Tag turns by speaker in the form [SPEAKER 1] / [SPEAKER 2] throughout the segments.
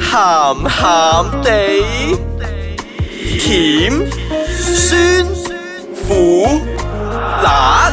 [SPEAKER 1] 鹹鹹地，甜酸苦辣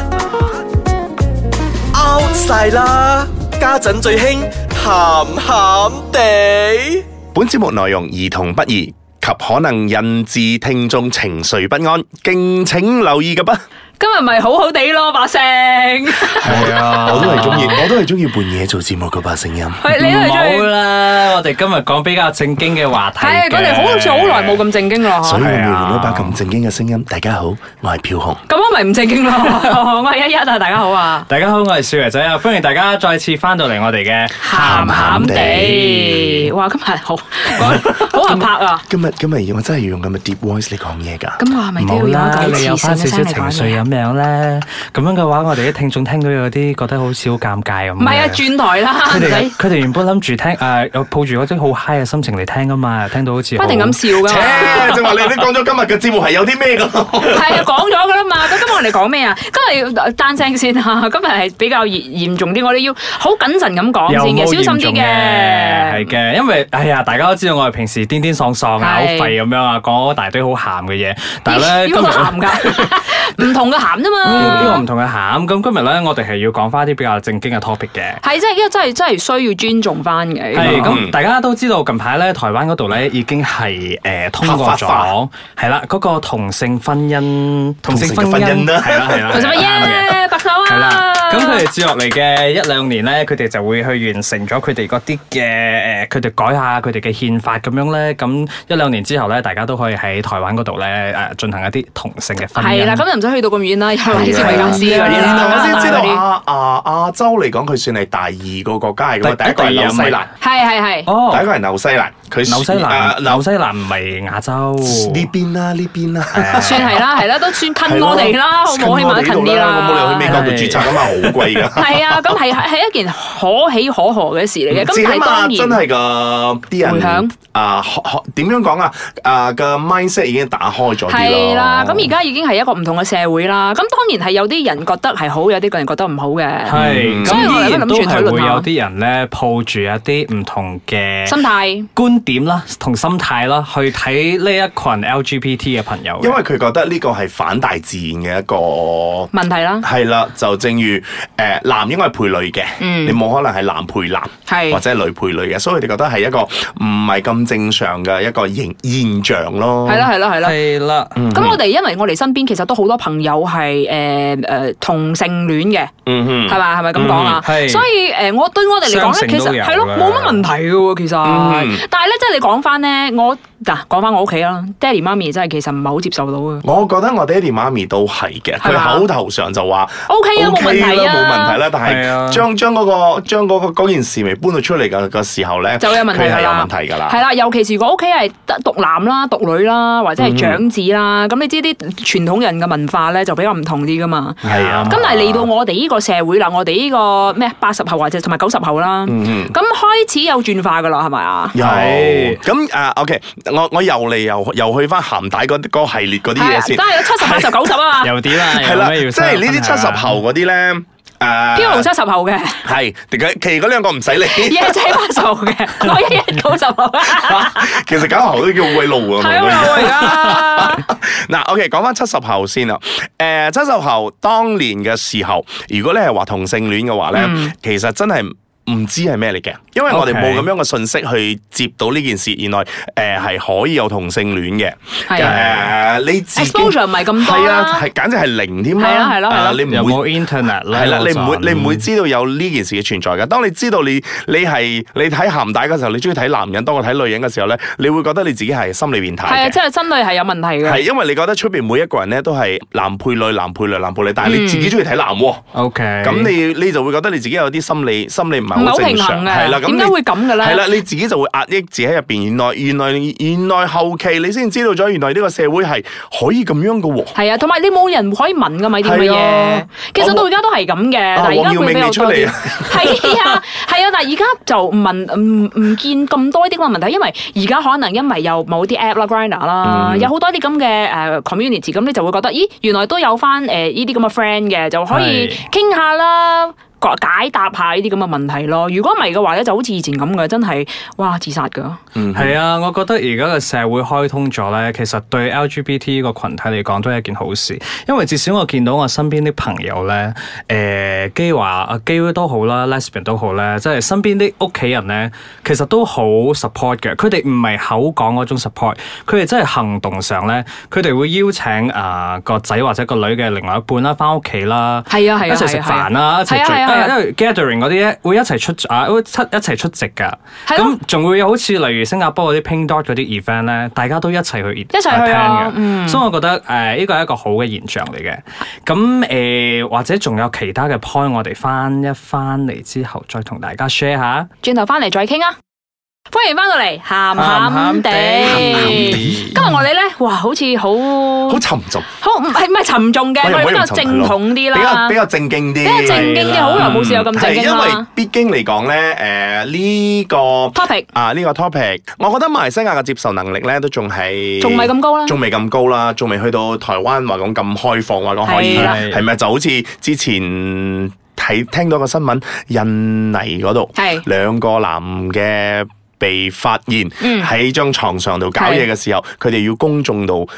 [SPEAKER 1] out 晒啦！家陣最興鹹鹹地。
[SPEAKER 2] 本節目內容兒童不宜，及可能引致聽眾情緒不安，敬請留意嘅噃。
[SPEAKER 3] 今日咪好好地咯，把 聲。
[SPEAKER 2] 係啊，我都係中意，我都係中意半夜做節目嘅把聲音。
[SPEAKER 3] 係你都係
[SPEAKER 4] 唔好
[SPEAKER 3] 中意。
[SPEAKER 4] 啦，我哋今日講比較正經嘅話題
[SPEAKER 3] 係啊，
[SPEAKER 4] 嘅。
[SPEAKER 3] 我哋好似好耐冇咁正經咯。
[SPEAKER 2] 所以
[SPEAKER 3] 嗬
[SPEAKER 2] 我每換一把咁正經嘅聲音。大家好，我係飄紅。
[SPEAKER 3] 咁我咪唔正經咯。我係一一啊，大家好啊。
[SPEAKER 4] 大家好，我係少爺仔啊，歡迎大家再次翻到嚟我哋嘅
[SPEAKER 3] 鹹鹹地，
[SPEAKER 2] 地
[SPEAKER 3] 哇！今日好，好合拍啊！
[SPEAKER 2] 今日今日我真係要用咁嘅 deep voice 嚟講嘢㗎。
[SPEAKER 3] 咁我係咪都要
[SPEAKER 4] 冇
[SPEAKER 3] 用一
[SPEAKER 4] 啦，
[SPEAKER 3] 個
[SPEAKER 4] 你有
[SPEAKER 3] 磁性
[SPEAKER 4] 翻
[SPEAKER 3] 嘅聲
[SPEAKER 4] 少少
[SPEAKER 3] 嚟
[SPEAKER 4] 情
[SPEAKER 3] 講
[SPEAKER 4] 緒
[SPEAKER 3] 嘢啊
[SPEAKER 4] 咁？樣咧，咁樣嘅話，我哋啲聽眾聽到有啲覺得好似好尷尬咁。
[SPEAKER 3] 唔係啊，轉台啦，
[SPEAKER 4] 佢
[SPEAKER 3] 唔
[SPEAKER 4] 哋
[SPEAKER 3] 使
[SPEAKER 4] 佢哋原本諗住聽誒，有抱住嗰啲好嗨嘅心情嚟聽噶嘛，聽到好似
[SPEAKER 3] 不停咁笑噶嘛。
[SPEAKER 2] 切正話你都講咗今日嘅節啊目係有啲咩㗎？
[SPEAKER 3] 係啊，講咗噶啦嘛。咁今日我哋講咩啊？今日要單聲先啊。 今日係比較嚴嚴重啲，我哋要好謹慎咁講
[SPEAKER 4] 又
[SPEAKER 3] 先嘅，
[SPEAKER 4] 冇
[SPEAKER 3] 小心啲
[SPEAKER 4] 係
[SPEAKER 3] 嘅。
[SPEAKER 4] 嘅，因為哎呀，大家都知道我哋平時癲癲喪喪啊，好
[SPEAKER 3] 係
[SPEAKER 4] 廢咁樣啊，講一大堆好鹹嘅嘢，但係咧
[SPEAKER 3] 呢
[SPEAKER 4] 今
[SPEAKER 3] 個
[SPEAKER 4] 日。
[SPEAKER 3] 鹹㗎，唔同嘅鹹啫
[SPEAKER 4] 呢個
[SPEAKER 3] 嘛。
[SPEAKER 4] 唔同嘅餡，咁今日咧，我哋係要講翻啲比較正經嘅 topic 嘅。
[SPEAKER 3] 係真係，因為真係真係需要尊重翻嘅。
[SPEAKER 4] 係
[SPEAKER 3] 呢
[SPEAKER 4] 咁，大家都知道近排咧，台灣嗰度咧已經係誒通過
[SPEAKER 2] 合法化
[SPEAKER 4] 咗，係啦，嗰個同性婚姻，同
[SPEAKER 2] 性嘅婚姻啦
[SPEAKER 4] 係啦係啦，
[SPEAKER 3] 個同什麼
[SPEAKER 4] 係啦嘅
[SPEAKER 3] 耶，白手啊！
[SPEAKER 4] 係啦，咁佢哋接落嚟嘅一兩年咧，佢哋就會去完成咗佢哋嗰啲嘅誒，佢哋改下佢哋嘅憲法咁樣咧，咁一兩年之後咧，大家都可以喺台灣嗰度咧誒進行一啲同性嘅婚
[SPEAKER 3] 係
[SPEAKER 4] 姻
[SPEAKER 3] 啦，。咁又唔使去到咁遠啦，又嚟先維加斯嗰啲
[SPEAKER 2] 原來我
[SPEAKER 3] 啦，
[SPEAKER 2] 先知道
[SPEAKER 3] 嗰啲
[SPEAKER 2] 啊啊亞洲嚟講，佢算係第二個國家嚟㗎嘛，
[SPEAKER 4] 第
[SPEAKER 2] 第一個係
[SPEAKER 4] 第二
[SPEAKER 2] 紐
[SPEAKER 4] 啊
[SPEAKER 2] 西蘭，
[SPEAKER 3] 係係係。
[SPEAKER 4] 哦
[SPEAKER 2] 哦第一，個係紐西蘭，佢
[SPEAKER 4] 紐西
[SPEAKER 2] 啊
[SPEAKER 4] 蘭，
[SPEAKER 2] 紐
[SPEAKER 4] 紐西蘭唔係亞洲
[SPEAKER 2] 呢邊啦，呢邊啦，啊
[SPEAKER 3] 算係啦，係啦，都算近我哋啦，好冇？起碼近啲啦。
[SPEAKER 2] 我冇理由去美國度註冊噶啊嘛，好貴噶。
[SPEAKER 3] 係啊，咁係係一件可喜可賀嘅事嚟嘅。咁但係當
[SPEAKER 2] 真
[SPEAKER 3] 然
[SPEAKER 2] 係噶啲
[SPEAKER 3] 回響
[SPEAKER 2] 人啊，學學點樣講啊？啊嘅 mindset 已經打開咗啲咯。
[SPEAKER 3] 係啦，咁而家已經係一個唔同嘅社會啦。咁當然係有啲人覺得係好，有啲人覺得唔好嘅
[SPEAKER 4] 係，
[SPEAKER 3] 所以我哋
[SPEAKER 4] 咁
[SPEAKER 3] 都
[SPEAKER 4] 依
[SPEAKER 3] 諗
[SPEAKER 4] 然
[SPEAKER 3] 住
[SPEAKER 4] 都係
[SPEAKER 3] 討論
[SPEAKER 4] 會
[SPEAKER 3] 下
[SPEAKER 4] 有啲人咧抱住一啲唔同嘅
[SPEAKER 3] 心態。
[SPEAKER 4] 觀點啦，同心態啦，去睇呢一群 LGBT 嘅朋友嘅。
[SPEAKER 2] 因為佢覺得呢個係反大自然嘅一個。
[SPEAKER 3] 問題啦，
[SPEAKER 2] 係啦，就正如誒、呃男應該係配女嘅，你冇可能係男配男，
[SPEAKER 3] 嗯係
[SPEAKER 2] 或者係女配女嘅，所以佢哋覺得係一個唔係咁正常嘅一個現現象咯。
[SPEAKER 3] 係啦，係啦，係啦。
[SPEAKER 4] 係啦，
[SPEAKER 2] 嗯
[SPEAKER 3] 咁我哋因為我哋身邊其實都好多朋友係誒誒同性戀嘅，
[SPEAKER 2] 嗯哼，
[SPEAKER 3] 係嘛？係咪咁講啊？
[SPEAKER 4] 嗯係
[SPEAKER 3] 所以誒、呃我對我哋嚟講咧，其
[SPEAKER 4] 雙性都
[SPEAKER 3] 實
[SPEAKER 4] 有
[SPEAKER 3] 係咯，
[SPEAKER 4] 啦
[SPEAKER 3] 冇乜問題嘅喎，其實。
[SPEAKER 2] 嗯
[SPEAKER 3] 但係咧，即係你講翻咧，我嗱講翻我屋企啦，爹哋媽咪真係其實唔係好接受到啊嘅。
[SPEAKER 2] 我覺得我爹哋媽咪都係嘅，
[SPEAKER 3] 係
[SPEAKER 2] 佢
[SPEAKER 3] 嘛
[SPEAKER 2] 口頭上就話
[SPEAKER 3] OK 啊冇
[SPEAKER 2] OK
[SPEAKER 3] 問題
[SPEAKER 2] 啦，
[SPEAKER 3] 啊
[SPEAKER 2] 冇問題啦。但
[SPEAKER 4] 係啊
[SPEAKER 2] 係將將嗰個將嗰個嗰件事未搬到出嚟嘅嘅時候咧，
[SPEAKER 3] 就有問題
[SPEAKER 2] 佢
[SPEAKER 3] 㗎
[SPEAKER 2] 係有問
[SPEAKER 3] 啦
[SPEAKER 2] 題㗎啦。
[SPEAKER 3] 係啦，尤其是如果屋企係得獨男啦、獨女啦，或者
[SPEAKER 2] 嗯
[SPEAKER 3] 係長子啦，咁、你知啲傳統人嘅文化咧就比較唔同啲噶嘛。
[SPEAKER 2] 係啊，
[SPEAKER 3] 咁但係嚟到我哋呢個社會啦，我哋呢個咩八十後或者同埋九十後啦，咁、
[SPEAKER 2] 嗯
[SPEAKER 3] 開始有轉化噶啦，係咪啊？
[SPEAKER 2] 有
[SPEAKER 4] 係
[SPEAKER 2] 咁啊，OK，我我又嚟又又去翻鹹帶嗰嗰系列嗰啲嘢
[SPEAKER 3] 係，啊
[SPEAKER 2] 先
[SPEAKER 3] 真。係有七十、八十、九 十啊嘛，
[SPEAKER 4] 又點啦，
[SPEAKER 2] 係
[SPEAKER 4] 有
[SPEAKER 2] 啦，
[SPEAKER 4] 咩要啊
[SPEAKER 2] 即係呢啲七十後嗰啲咧，
[SPEAKER 3] 邊個
[SPEAKER 2] 誒，
[SPEAKER 3] 七十 後嘅？
[SPEAKER 2] 係其其餘嗰兩個唔使理，
[SPEAKER 3] 嘢仔八十後嘅，我一日九十後啊，
[SPEAKER 2] 其實九後都叫威路啊。
[SPEAKER 3] 係好老 嚟噶。
[SPEAKER 2] 嗱，OK，講翻七十後先啦。誒，七十後當年嘅時候，如果你係話同性戀嘅話咧，
[SPEAKER 3] 嗯
[SPEAKER 2] 其實真係。唔知係咩嚟嘅，因為我哋
[SPEAKER 4] OK
[SPEAKER 2] 冇咁樣嘅信息去接到呢件事，原來誒係、可以有同性戀嘅。
[SPEAKER 3] 係啊
[SPEAKER 2] 誒你自己
[SPEAKER 3] Exposure 唔係咁多
[SPEAKER 2] 係
[SPEAKER 3] 啦
[SPEAKER 2] 啊，係簡直係零添啦。
[SPEAKER 3] 係啦係啦係啦
[SPEAKER 2] 啊你
[SPEAKER 4] 有
[SPEAKER 2] 唔會
[SPEAKER 4] 冇 internet 咧？
[SPEAKER 2] 係啦，你唔會
[SPEAKER 4] 嗰陣
[SPEAKER 2] 你唔會知道有呢件事嘅存在嘅。當你知道你你係你睇鹹帶嘅時候，你中意睇男人多過睇女人嘅時候咧，你會覺得你自己係心理變態
[SPEAKER 3] 係啊，
[SPEAKER 2] 嘅。
[SPEAKER 3] 即係心理係有問題
[SPEAKER 2] 係啊
[SPEAKER 3] 嘅。
[SPEAKER 2] 因為你覺得出邊每一個人咧都係男配女、男配女、男配女，但係
[SPEAKER 3] 嗯
[SPEAKER 2] 你自己中意睇男喎，
[SPEAKER 4] OK，
[SPEAKER 2] 咁你你就會覺得你自己有啲心理心理唔
[SPEAKER 3] 唔係
[SPEAKER 2] 係
[SPEAKER 3] 好
[SPEAKER 2] 好
[SPEAKER 3] 平
[SPEAKER 2] 正常，
[SPEAKER 3] 衡嘅
[SPEAKER 2] 係啦，咁
[SPEAKER 3] 點解
[SPEAKER 2] 你
[SPEAKER 3] 會咁嘅咧
[SPEAKER 2] 係啦，你自己就會壓抑自己喺入邊。原來原來原來後期你先知道咗，原來呢個社會係可以咁樣嘅喎。
[SPEAKER 3] 係啊，同埋你冇人可以問噶嘛呢啲乜
[SPEAKER 2] 係
[SPEAKER 3] 嘢
[SPEAKER 2] 啊，哦
[SPEAKER 3] 其實到而家都係咁嘅，但係而
[SPEAKER 2] 黃
[SPEAKER 3] 家
[SPEAKER 2] 耀
[SPEAKER 3] 會
[SPEAKER 2] 明
[SPEAKER 3] 比較
[SPEAKER 2] 未出
[SPEAKER 3] 多
[SPEAKER 2] 嚟
[SPEAKER 3] 啲。
[SPEAKER 2] 啊
[SPEAKER 3] 係啊，係啊，但係而家就唔問唔唔見咁多呢啲咁嘅問題，因為而家可能因為有某啲 app 啦、Grindr 啦，
[SPEAKER 2] 嗯
[SPEAKER 3] 有好多啲咁嘅呃誒呃 community，咁你就會覺得，咦，原來都有翻誒呢啲咁嘅 friend 嘅，就可以
[SPEAKER 4] 係
[SPEAKER 3] 傾下啦。解解答下呢啲咁嘅問題咯。如果唔係嘅話咧，就好似以前咁嘅，真係哇自殺㗎。
[SPEAKER 4] 係啊，我覺得而家嘅社會開通咗咧，其實對 LGBT 個群體嚟講都係一件好事，因為至少我見到我身邊啲朋友咧，誒、基華啊基都好啦，lesbian 都好咧，即係身邊啲屋企人咧，其實都好 support 嘅。佢哋唔係口講嗰種 support，佢哋真係行動上咧，佢哋會邀請啊個仔或者個女嘅另外一半啦，翻屋企啦，
[SPEAKER 3] 係啊係啊
[SPEAKER 4] 一齊食
[SPEAKER 3] 係啊
[SPEAKER 4] 飯啦，一齊
[SPEAKER 3] 係啊
[SPEAKER 4] 聚，
[SPEAKER 3] 係啊係啊
[SPEAKER 4] 因為 gathering 嗰啲咧會一齊出啊，會出一齊出席㗎。
[SPEAKER 3] 係咯
[SPEAKER 4] 咁仲會有好似例如新加坡嗰啲 Pink Dot 嗰啲 event 咧，大家都一齊去一
[SPEAKER 3] 一齊去啊嗯
[SPEAKER 4] 所以我覺得誒呢個係一個好嘅現象嚟嘅。咁誒、或者仲有其他嘅 point，我哋翻一翻嚟之後再同大家 share 下。
[SPEAKER 3] 轉頭翻嚟再傾啊！歡迎翻到嚟，鹹鹹
[SPEAKER 2] 鹹鹹
[SPEAKER 3] 地。
[SPEAKER 2] 地
[SPEAKER 3] 今日我哋咧，哇，好似好
[SPEAKER 2] 好沉重，
[SPEAKER 3] 好唔係唔係沉重嘅，
[SPEAKER 2] 我又
[SPEAKER 3] 我
[SPEAKER 2] 唔
[SPEAKER 3] 哋
[SPEAKER 2] 可以
[SPEAKER 3] 比
[SPEAKER 2] 用
[SPEAKER 3] 較
[SPEAKER 2] 沉
[SPEAKER 3] 正統啲
[SPEAKER 2] 比較
[SPEAKER 3] 啦，
[SPEAKER 2] 比較正經啲，啊
[SPEAKER 3] 比較正經
[SPEAKER 4] 係
[SPEAKER 3] 嘅，
[SPEAKER 4] 啦
[SPEAKER 3] 好耐冇試過咁正
[SPEAKER 2] 係
[SPEAKER 3] 經啊
[SPEAKER 2] 因為
[SPEAKER 3] 啦。
[SPEAKER 2] 必經嚟講咧，誒、呢、個
[SPEAKER 3] Topic
[SPEAKER 2] 啊呢、個 topic，我覺得馬來西亞嘅接受能力咧都仲係
[SPEAKER 3] 仲未咁高啦
[SPEAKER 2] 仲未咁高啦，仲未去到台灣話講咁開放話講可以
[SPEAKER 3] 係
[SPEAKER 4] 啦
[SPEAKER 2] 係咪就好似之前睇聽到個新聞，印尼嗰度
[SPEAKER 3] 係
[SPEAKER 2] 兩個男嘅。被發現
[SPEAKER 3] 嗯
[SPEAKER 2] 喺張床上度搞嘢嘅時候，佢哋要公眾度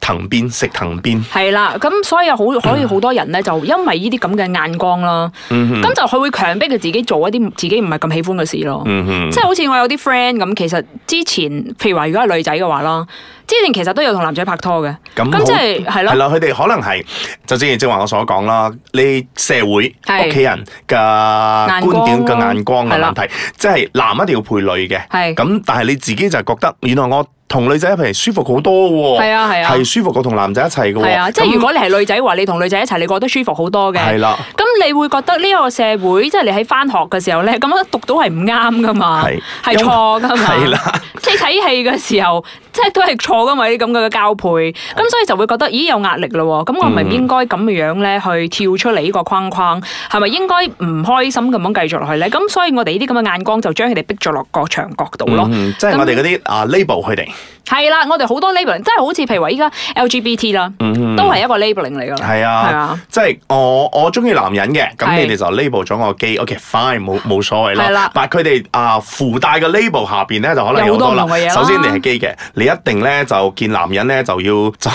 [SPEAKER 2] 藤鞭食藤鞭，
[SPEAKER 3] 係啦，咁所以好可以好多人咧，就因為呢啲咁嘅眼光啦，
[SPEAKER 2] 嗯
[SPEAKER 3] 咁就佢會強迫佢自己做一啲自己唔係咁喜歡嘅事咯。
[SPEAKER 2] 嗯哼
[SPEAKER 3] 即係好似我有啲 friend 咁，其實之前譬如話如果係女仔嘅話啦，之前其實都有同男仔拍拖嘅，
[SPEAKER 2] 咁
[SPEAKER 3] 咁即係係
[SPEAKER 2] 係
[SPEAKER 3] 咯，
[SPEAKER 2] 啦，佢哋可能係就正如正話我所講啦，你社會
[SPEAKER 3] 係
[SPEAKER 2] 屋企人嘅觀點嘅眼光嘅問題，即係男一定要配女嘅，
[SPEAKER 3] 係
[SPEAKER 2] 咁但係你自己就覺得原來我同女仔一齊舒服好多喎，
[SPEAKER 3] 係啊係啊
[SPEAKER 2] 係舒服過同男仔一齊嘅喎，
[SPEAKER 3] 係啊，即係如
[SPEAKER 2] 咁
[SPEAKER 3] 果你係女仔話，你同女仔一齊，你覺得舒服好多嘅。
[SPEAKER 2] 係啦。
[SPEAKER 3] 咁你會覺得呢個社會，即係你喺翻學嘅時候咧，咁樣讀到係唔啱噶嘛，
[SPEAKER 2] 係
[SPEAKER 3] 係錯噶嘛，
[SPEAKER 2] 係啦
[SPEAKER 3] 即係睇戲嘅時候，即係都係錯噶嘛啲咁嘅交配，咁所以就會覺得咦有壓力咯喎，咁我咪應該咁樣咧去跳出嚟呢個框框，係咪應該唔開心咁樣繼續落去咧？咁所以我哋呢啲咁嘅眼光就將佢哋逼咗落個牆角度咯。
[SPEAKER 2] 嗯即係我哋嗰啲啊 label 佢哋，
[SPEAKER 3] 係啦，我哋好多 labeling，即係好似譬如話依家 LGBT 啦，都係一個 labeling 嚟噶。
[SPEAKER 2] 嗯係
[SPEAKER 3] 係
[SPEAKER 2] 啊
[SPEAKER 3] 啊，
[SPEAKER 2] 即係我我中意男人嘅，咁
[SPEAKER 3] 係
[SPEAKER 2] 你哋就 label 咗我基，OK fine，冇冇所謂
[SPEAKER 3] 係
[SPEAKER 2] 啦
[SPEAKER 3] 啦。
[SPEAKER 2] 但係佢哋啊附帶嘅 label 下邊咧就可能有好多
[SPEAKER 3] 有好多
[SPEAKER 2] 啦
[SPEAKER 3] 唔同嘅嘢。啦
[SPEAKER 2] 首先你係基嘅，你一定咧就見男人咧就 要就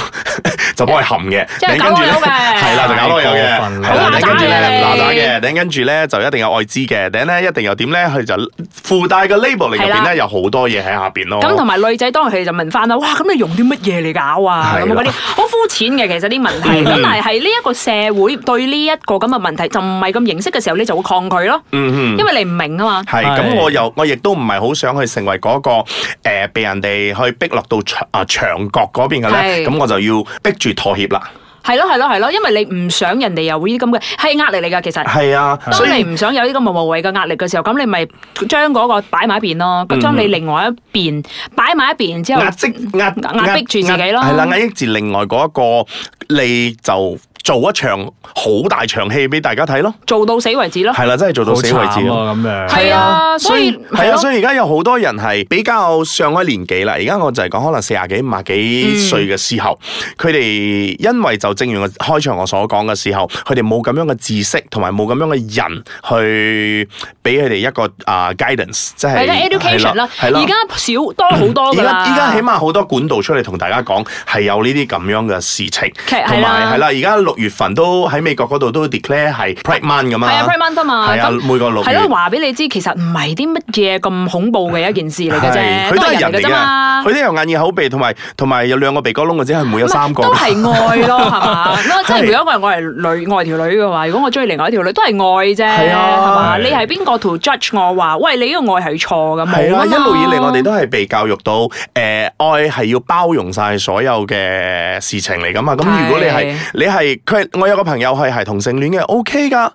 [SPEAKER 2] 就幫佢含嘅，
[SPEAKER 3] 即係
[SPEAKER 2] 你跟住
[SPEAKER 3] 搞到有嘅
[SPEAKER 2] 係啦就搞到有嘅，
[SPEAKER 4] 太過分啦
[SPEAKER 2] 係啦，你
[SPEAKER 3] 好乸渣
[SPEAKER 2] 跟住咧
[SPEAKER 3] 你
[SPEAKER 2] 嗱喳嘅，你跟住咧就一定有愛滋嘅，你咧一定又點咧佢就附帶嘅 label 嚟入邊
[SPEAKER 3] 係啦
[SPEAKER 2] 咧有好多嘢喺下邊咯。
[SPEAKER 3] 咁同埋女仔當然佢哋就問翻啦，哇！咁你用啲乜嘢嚟搞啊？
[SPEAKER 2] 係
[SPEAKER 3] 咁
[SPEAKER 2] 啦
[SPEAKER 3] 嗰啲好膚淺嘅，其實啲問題。咁但係係呢一個社會對呢一個咁嘅問題就唔係咁認識嘅時候，你就會抗拒咯，
[SPEAKER 2] 嗯哼
[SPEAKER 3] 因為你唔明啊嘛。
[SPEAKER 2] 係，
[SPEAKER 4] 係
[SPEAKER 2] 咁我又我亦都唔係好想去成為嗰、個、呃、被人哋去逼落到牆啊牆角嗰邊嘅咧，
[SPEAKER 3] 係
[SPEAKER 2] 咁我就要逼住妥協啦。
[SPEAKER 3] 係咯係咯係咯，因為你唔想人哋有呢啲咁嘅係壓力嚟㗎，其實。
[SPEAKER 2] 係啊，所
[SPEAKER 3] 當
[SPEAKER 2] 以
[SPEAKER 3] 你唔想有呢個無無謂嘅壓力嘅時候，咁你咪將嗰個擺埋一邊咯，咁將你另外一邊擺埋一邊之後，
[SPEAKER 2] 壓積壓
[SPEAKER 3] 壓迫住自己咯
[SPEAKER 2] 係啦，壓抑住另外嗰、一個，你就做一場好大場戲俾大家睇咯。
[SPEAKER 3] 做到死為止咯。
[SPEAKER 2] 係啦，真係做到
[SPEAKER 4] 好
[SPEAKER 2] 死為
[SPEAKER 4] 慘
[SPEAKER 2] 止咯。
[SPEAKER 4] 啊，咁樣。
[SPEAKER 3] 係啊，所以
[SPEAKER 2] 係
[SPEAKER 3] 係
[SPEAKER 2] 啊，
[SPEAKER 3] 咯
[SPEAKER 2] 所以而家有好多人係比較上咗年紀啦。而家我就係講可能四廿幾、五廿幾
[SPEAKER 3] 嗯
[SPEAKER 2] 歲嘅時候，佢哋、因為就正如我開場我所講嘅時候，佢哋冇咁樣嘅知識同埋冇咁樣嘅人去俾佢哋一個啊、guidance，即係
[SPEAKER 3] 係啦，education 啦，
[SPEAKER 2] 係啦
[SPEAKER 3] 而。家少多好多
[SPEAKER 2] 而
[SPEAKER 3] 㗎啦。
[SPEAKER 2] 家依家起碼好多管道出嚟同大家講係有呢啲咁樣嘅事情，
[SPEAKER 3] 其實
[SPEAKER 2] 同
[SPEAKER 3] 係啦
[SPEAKER 2] 埋係啦，而家六月份都喺美國嗰度都 declare 係 Pride Month 咁
[SPEAKER 3] 係啊
[SPEAKER 2] 啊
[SPEAKER 3] ，Pride Month 啊嘛，
[SPEAKER 2] 係啊
[SPEAKER 3] 咁
[SPEAKER 2] 每個六月
[SPEAKER 3] 係咯，話俾你知，其實唔係啲乜嘢咁恐怖嘅一件事嚟嘅
[SPEAKER 2] 係
[SPEAKER 3] 啫，
[SPEAKER 2] 佢都
[SPEAKER 3] 係
[SPEAKER 2] 係人嚟
[SPEAKER 3] 嚟㗎啫
[SPEAKER 2] 嘅，
[SPEAKER 3] 嘛
[SPEAKER 2] 佢。都有眼耳口鼻，同埋同埋有兩個鼻哥窿嘅啫，係唔會有三個
[SPEAKER 3] 都
[SPEAKER 2] 㗎。
[SPEAKER 3] 係愛咯，係嘛？咁即
[SPEAKER 2] 係
[SPEAKER 3] 係如果我係女愛條女嘅話，如果我中意另外一條女，都係愛啫，
[SPEAKER 2] 係啊
[SPEAKER 3] 係嘛？
[SPEAKER 4] 係
[SPEAKER 3] 你係邊個 to judge 我話？喂，你呢個愛係錯嘅，
[SPEAKER 2] 係
[SPEAKER 3] 冇
[SPEAKER 2] 啦，
[SPEAKER 3] 啊
[SPEAKER 2] 一
[SPEAKER 3] 嘛
[SPEAKER 2] 路以嚟我哋都係被教育到，誒、愛係要包容晒所有嘅事情嚟噶嘛。咁
[SPEAKER 3] 係
[SPEAKER 2] 如果你係你係佢，我有個朋友係係同性戀嘅，OK 噶，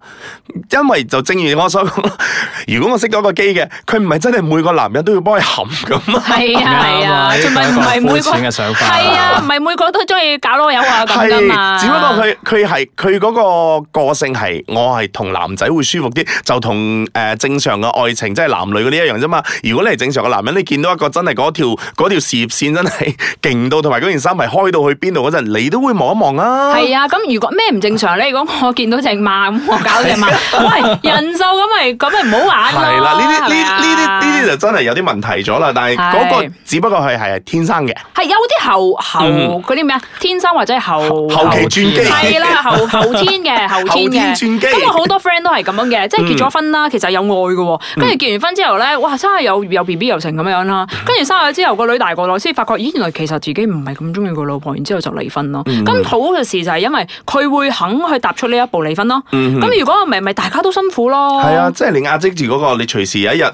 [SPEAKER 2] 因為就正如我所講， 如果我識到一個基嘅，佢唔係真係每個男人都要幫佢含咁啊。
[SPEAKER 3] 係啊係啊，仲咪唔係每個
[SPEAKER 4] 呢個係一個好膚淺嘅想法
[SPEAKER 3] 係啊，唔係每個都中意搞攞友啊咁噶嘛。
[SPEAKER 2] 係，只不過佢佢係佢嗰個個性係，我係同男仔會舒服啲，就同誒、呃正常嘅愛情即係男女嗰啲一樣啫嘛。如果你係正常嘅男人，你見到一個真係嗰條嗰條事業線真係勁到，同埋嗰件衫係開到去邊度嗰陣，你都會望一望啊。
[SPEAKER 3] 係啊，咁如果咩唔正常咧？如果我見到只馬咁，我 搞只馬，喂人獸咁咪咁咪唔好玩
[SPEAKER 2] 系
[SPEAKER 3] 咯。
[SPEAKER 2] 啦，呢啲呢
[SPEAKER 3] 係咪啊
[SPEAKER 2] 呢啲呢啲就真係有啲問題咗啦。但係嗰
[SPEAKER 3] 係
[SPEAKER 2] 個只不過係係天生嘅，
[SPEAKER 3] 係有啲後後嗰啲咩啊，天生或者係後
[SPEAKER 2] 後期轉機。
[SPEAKER 3] 係 啦，後後天嘅後
[SPEAKER 2] 後
[SPEAKER 3] 天
[SPEAKER 2] 天轉
[SPEAKER 3] 嘅
[SPEAKER 2] 機。嗯
[SPEAKER 3] 咁我啊好多 friend 都係咁樣嘅，即係結咗婚啦，其實有愛嘅喎，跟住結完婚之後咧，哇，真係有有 B B 又成咁樣啦，
[SPEAKER 2] 嗯
[SPEAKER 3] 跟住生咗之後個女大個咗，先發覺咦原來其實自己唔係咁中意個老婆，然之後就離婚咯。
[SPEAKER 2] 嗯
[SPEAKER 3] 咁好嘅事就係因為佢會肯去踏出呢一步離婚咯。
[SPEAKER 2] 嗯
[SPEAKER 3] 咁如果唔係，咪大家都辛苦咯。
[SPEAKER 2] 係啊，，即係你壓積住嗰個，你隨時有一日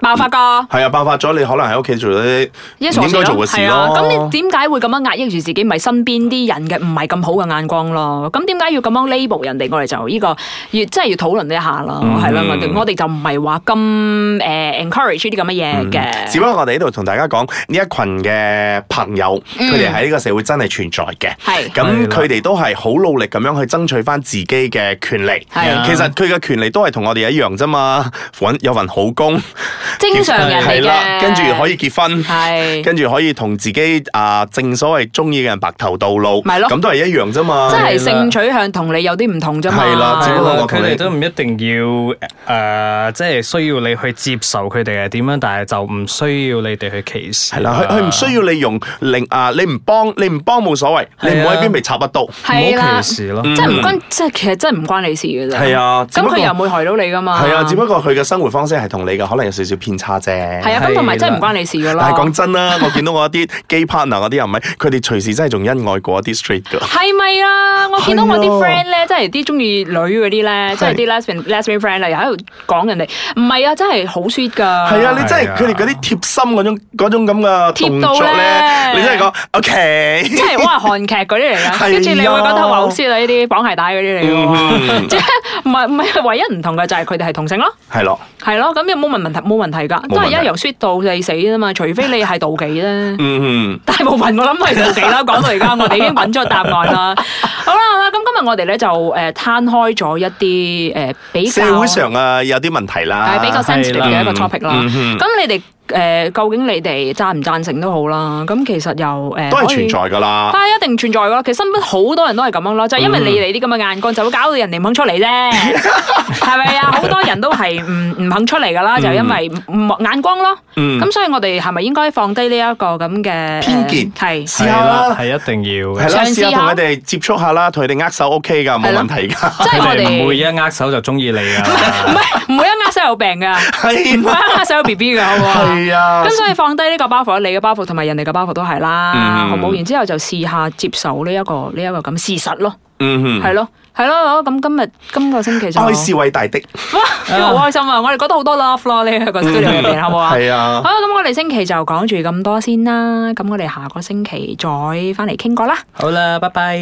[SPEAKER 3] 爆發㗎。
[SPEAKER 2] 係啊爆發咗，你可能喺屋企做咗啲唔
[SPEAKER 3] 一傻
[SPEAKER 2] 應該做嘅事
[SPEAKER 3] 係啊，咁
[SPEAKER 2] 咯
[SPEAKER 3] 你。點解會咁樣壓抑住自己？咪身邊啲人嘅唔係咁好嘅眼光咯。咁點解要咁樣 label 人哋？我哋就呢、個要真係要討論一下咯，
[SPEAKER 2] 嗯
[SPEAKER 3] 係啦、我哋我哋就唔係話咁誒 encourage 呢啲咁嘅嘢嘅。
[SPEAKER 2] 只不過我哋呢度同大家講呢一群嘅朋友，
[SPEAKER 3] 嗯
[SPEAKER 2] 佢哋喺呢個社會真係存在嘅。
[SPEAKER 3] 係
[SPEAKER 2] 咁
[SPEAKER 4] 係啦
[SPEAKER 2] 佢哋都係好努力咁樣去爭取翻自己嘅權利。
[SPEAKER 4] 啊
[SPEAKER 3] 係
[SPEAKER 2] 其實佢嘅權利都係同我哋一樣啫嘛，揾有份好工，
[SPEAKER 3] 正常人嚟
[SPEAKER 2] 係啦
[SPEAKER 3] 嘅，
[SPEAKER 2] 跟住可以結婚。
[SPEAKER 3] 係
[SPEAKER 2] 跟住可以同自己啊、正所謂中意嘅人白頭到老，
[SPEAKER 3] 咪咯
[SPEAKER 2] 咁都係一樣啫嘛。
[SPEAKER 3] 真係
[SPEAKER 4] 係啦
[SPEAKER 3] 性取向同你有啲唔同啫嘛。
[SPEAKER 2] 係啦只
[SPEAKER 4] 係
[SPEAKER 2] 不過
[SPEAKER 4] 啦
[SPEAKER 2] 我
[SPEAKER 4] 佢
[SPEAKER 2] 同你
[SPEAKER 4] 哋都唔一定要诶、呃即係需要你去接受佢哋係點樣，但係就唔需要你哋去歧視。
[SPEAKER 2] 係啦，佢
[SPEAKER 4] 啊
[SPEAKER 2] 佢唔需要你用令啊，你唔幫你唔幫冇所謂，你
[SPEAKER 4] 係啊
[SPEAKER 2] 唔好喺邊被插一刀。
[SPEAKER 3] 係
[SPEAKER 4] 唔好
[SPEAKER 3] 啦，
[SPEAKER 4] 歧視咯。
[SPEAKER 3] 即係唔關，即係其實真係唔關你事嘅啫。
[SPEAKER 2] 嗯係啊只
[SPEAKER 3] 咁
[SPEAKER 2] 不過
[SPEAKER 3] 佢又唔會害到你噶嘛。
[SPEAKER 2] 係啊，只不過佢嘅生活方式係同你嘅可能有少少偏差啫。
[SPEAKER 3] 係啊，咁同埋真係唔關你事噶咯。
[SPEAKER 2] 但係講真 啦，我見到我一啲 gay partner 嗰啲又唔係，佢哋隨時真係仲恩愛過一啲 straight 噶。
[SPEAKER 3] 係咪啊？我見到我啲
[SPEAKER 2] 係啊
[SPEAKER 3] friend 咧，即係啲中意女嗰啲咧，即係啲 lesbian lesbian friend 嚟喺度講人哋，唔係啊，真係好 sweet 噶。
[SPEAKER 2] 係啊，你真係
[SPEAKER 4] 係啊
[SPEAKER 2] 佢哋嗰啲貼心嗰種嗰種咁嘅動
[SPEAKER 3] 貼
[SPEAKER 2] 作
[SPEAKER 3] 到咧
[SPEAKER 2] 咧，你真係講 OK。
[SPEAKER 3] 即係哇韓劇嗰啲嚟
[SPEAKER 2] 係
[SPEAKER 3] 噶，
[SPEAKER 2] 啊
[SPEAKER 3] 跟住你會覺得哇好 sweet 啊！呢啲綁鞋帶嗰啲嚟㗎喎，
[SPEAKER 2] 嗯
[SPEAKER 3] 即係唔係唔係唯一唔同嘅就係佢哋係同性咯。
[SPEAKER 2] 係咯，
[SPEAKER 3] 係咯，咁又冇問問題冇問題㗎，都
[SPEAKER 2] 冇問題
[SPEAKER 3] 係一由 sweet 到你死啫嘛，除非你係妒忌啫。
[SPEAKER 2] 嗯嗯，
[SPEAKER 3] 大部分我諗係妒 忌啦，講到而家我哋已經揾咗答案啦。好啦好啦，咁今日我哋咧就誒攤開咗一啲誒比較
[SPEAKER 2] 社會上啊有啲問題啦
[SPEAKER 3] 係。比較 sensitive
[SPEAKER 4] 係
[SPEAKER 3] 嘅
[SPEAKER 4] 啦
[SPEAKER 3] 一個 topic 啦。咁你哋誒究竟你哋贊唔贊成都好啦，咁其實又誒
[SPEAKER 2] 都係存在。㗎啦
[SPEAKER 3] 但。係一定存在㗎啦，其實身邊好多人都係咁樣啦，就係因為你哋啲咁嘅眼光，就會搞到人哋唔肯出嚟 啫，係咪啊？好多人都係唔唔肯出嚟㗎啦，就因為唔眼光咯。咁所以我哋係咪應該放低呢一個咁嘅
[SPEAKER 2] 偏見
[SPEAKER 3] 係
[SPEAKER 2] 試下啦
[SPEAKER 4] 係一定要嘅
[SPEAKER 2] 係。啦，
[SPEAKER 3] 嘗試
[SPEAKER 2] 試下同
[SPEAKER 3] 下
[SPEAKER 2] 佢哋接觸下啦，同佢哋握手 OK 㗎，冇
[SPEAKER 3] 係咯
[SPEAKER 2] 問題㗎。
[SPEAKER 3] 即係
[SPEAKER 4] 佢
[SPEAKER 3] 我
[SPEAKER 4] 哋唔會一
[SPEAKER 3] 哋
[SPEAKER 4] 握手就中意你
[SPEAKER 3] 唔
[SPEAKER 4] 啊！
[SPEAKER 3] 係唔會一握手有病㗎，唔
[SPEAKER 2] 係
[SPEAKER 3] 會一握手有 B B 㗎，好唔好啊？
[SPEAKER 2] 係啊
[SPEAKER 3] 咁，所以放低呢個包袱，你嘅包袱同埋人哋嘅包袱都係啦，
[SPEAKER 2] 嗯
[SPEAKER 3] 好冇？然之後就試下接受呢一個呢一個咁事實咯，
[SPEAKER 2] 嗯啊
[SPEAKER 3] 係咯。係咯，咁今日今個星期就
[SPEAKER 2] 哼，愛是偉大的，
[SPEAKER 3] 哇，好開心啊！我哋覺得好多 love 咯，呢一個 studio 入邊，好冇啊？
[SPEAKER 2] 嗯係啊
[SPEAKER 3] 好，。咁我哋星期就講住咁多先啦，咁我哋下個星期再翻嚟傾過啦。
[SPEAKER 4] 好啦，拜拜。